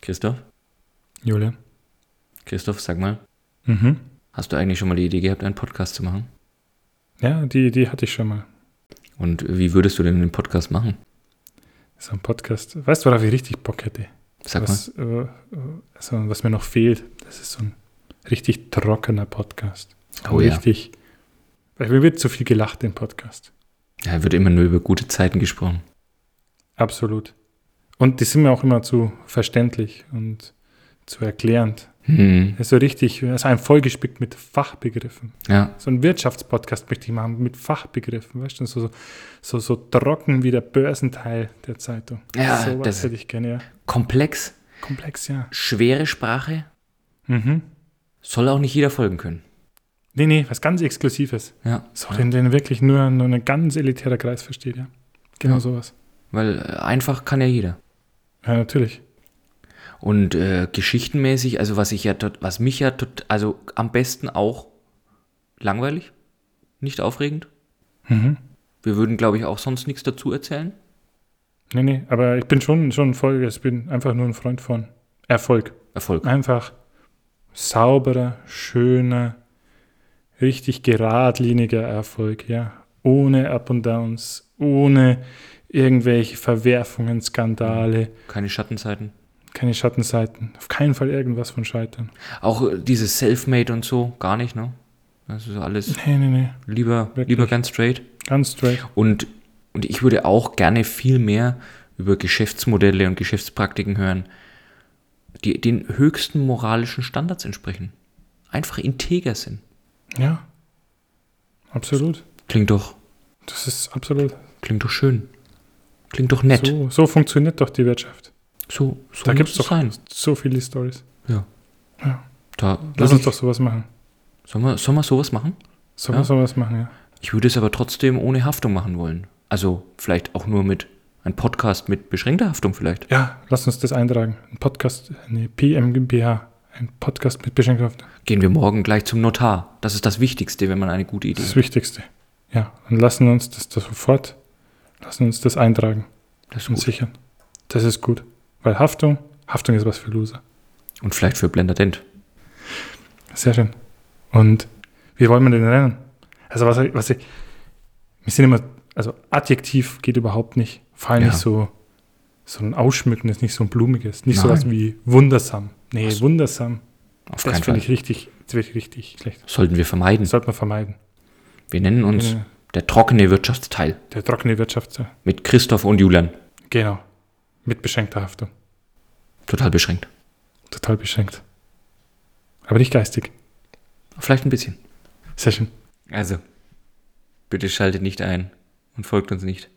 Christoph? Jule? Christoph, sag mal, Mhm. hast du eigentlich schon mal die Idee gehabt, einen Podcast zu machen? Ja, die, die hatte ich schon mal. Und wie würdest du denn den Podcast machen? So ein Podcast. Weißt du, worauf ich richtig Bock hätte? Sag mal. was, äh, also, was mir noch fehlt, das ist so ein richtig trockener Podcast. Oh ja. richtig. Weil mir wird zu viel gelacht im Podcast. Ja, wird immer nur über gute Zeiten gesprochen. Absolut. Und die sind mir auch immer zu verständlich und zu erklärend. Hm, Also richtig, also ein vollgespickt mit Fachbegriffen. ja. So ein Wirtschaftspodcast möchte ich machen mit Fachbegriffen, weißt du, so, so, so, so trocken wie der Börsenteil der Zeitung. Ja, so was das- hätte ich gerne, ja. Komplex, Komplex, ja. schwere Sprache, Mhm. soll auch nicht jeder folgen können. Nee, nee, was ganz Exklusives. Ja, So, den, den wirklich nur, nur ein ganz elitärer Kreis versteht, ja. Genau Ja. sowas. weil äh, einfach kann ja jeder. Ja, natürlich. Und äh, geschichtenmäßig, also was ich ja, tot- was mich ja, tot- also am besten auch langweilig, nicht aufregend. Mhm. Wir würden, glaube ich, auch sonst nichts dazu erzählen. Nee, nee, aber ich bin schon, schon ein Folge, ich bin einfach nur ein Freund von Erfolg. Erfolg. Einfach sauberer, schöner, richtig geradliniger Erfolg, ja. Ohne Up und Downs, ohne irgendwelche Verwerfungen, Skandale, Keine Schattenseiten. keine Schattenseiten. Auf keinen Fall irgendwas von Scheitern. Auch äh, dieses Selfmade und so, gar nicht, ne? Das ist alles Nee, nee, nee. lieber, Wirklich. lieber ganz straight. Ganz straight. Und, und ich würde auch gerne viel mehr über Geschäftsmodelle und Geschäftspraktiken hören, die den höchsten moralischen Standards entsprechen. Einfach integer sind. Ja. Absolut. Klingt doch, Das ist absolut. klingt doch schön. Klingt doch nett. So, So, so funktioniert doch die Wirtschaft. so, so da muss gibt es es doch sein. so viele Stories. Da, Lass würde uns ich- doch sowas machen. Sollen wir, sollen wir sowas machen? Sollen Ja. wir sowas machen, ja. Ich würde es aber trotzdem ohne Haftung machen wollen. Also vielleicht auch nur mit einem Podcast mit beschränkter Haftung vielleicht. Ja, lass uns das eintragen. Ein Podcast, nee, PMGmbH. Ein Podcast mit Beschenkhaftung. Gehen wir morgen gleich zum Notar. Das ist das Wichtigste, wenn man eine gute Idee Das ist das hat. Wichtigste. Ja, und lassen uns das, das sofort, lassen uns das eintragen Das ist und gut. sichern. Das ist gut. Weil Haftung, Haftung ist was für Loser. Und vielleicht für Blender Dent. Sehr schön. Und wie wollen wir den nennen? Also was, was ich, wir sind immer, also Adjektiv geht überhaupt nicht. Vor allem Ja. nicht so, so ein ausschmückendes, nicht so ein blumiges, nicht sowas Nein. wie wundersam. Nee, Was? wundersam, Auf das keinen finde Fall. ich richtig, das wird richtig schlecht. Sollten wir vermeiden. Das sollte man vermeiden. Wir nennen uns Ja, der trockene Wirtschaftsteil Der trockene Wirtschaft, mit Christoph und Julian. genau. Mit beschränkter Haftung. Total beschränkt. Total beschränkt. Aber nicht geistig. Vielleicht ein bisschen. Sehr schön. Also, bitte schaltet nicht ein und folgt uns nicht.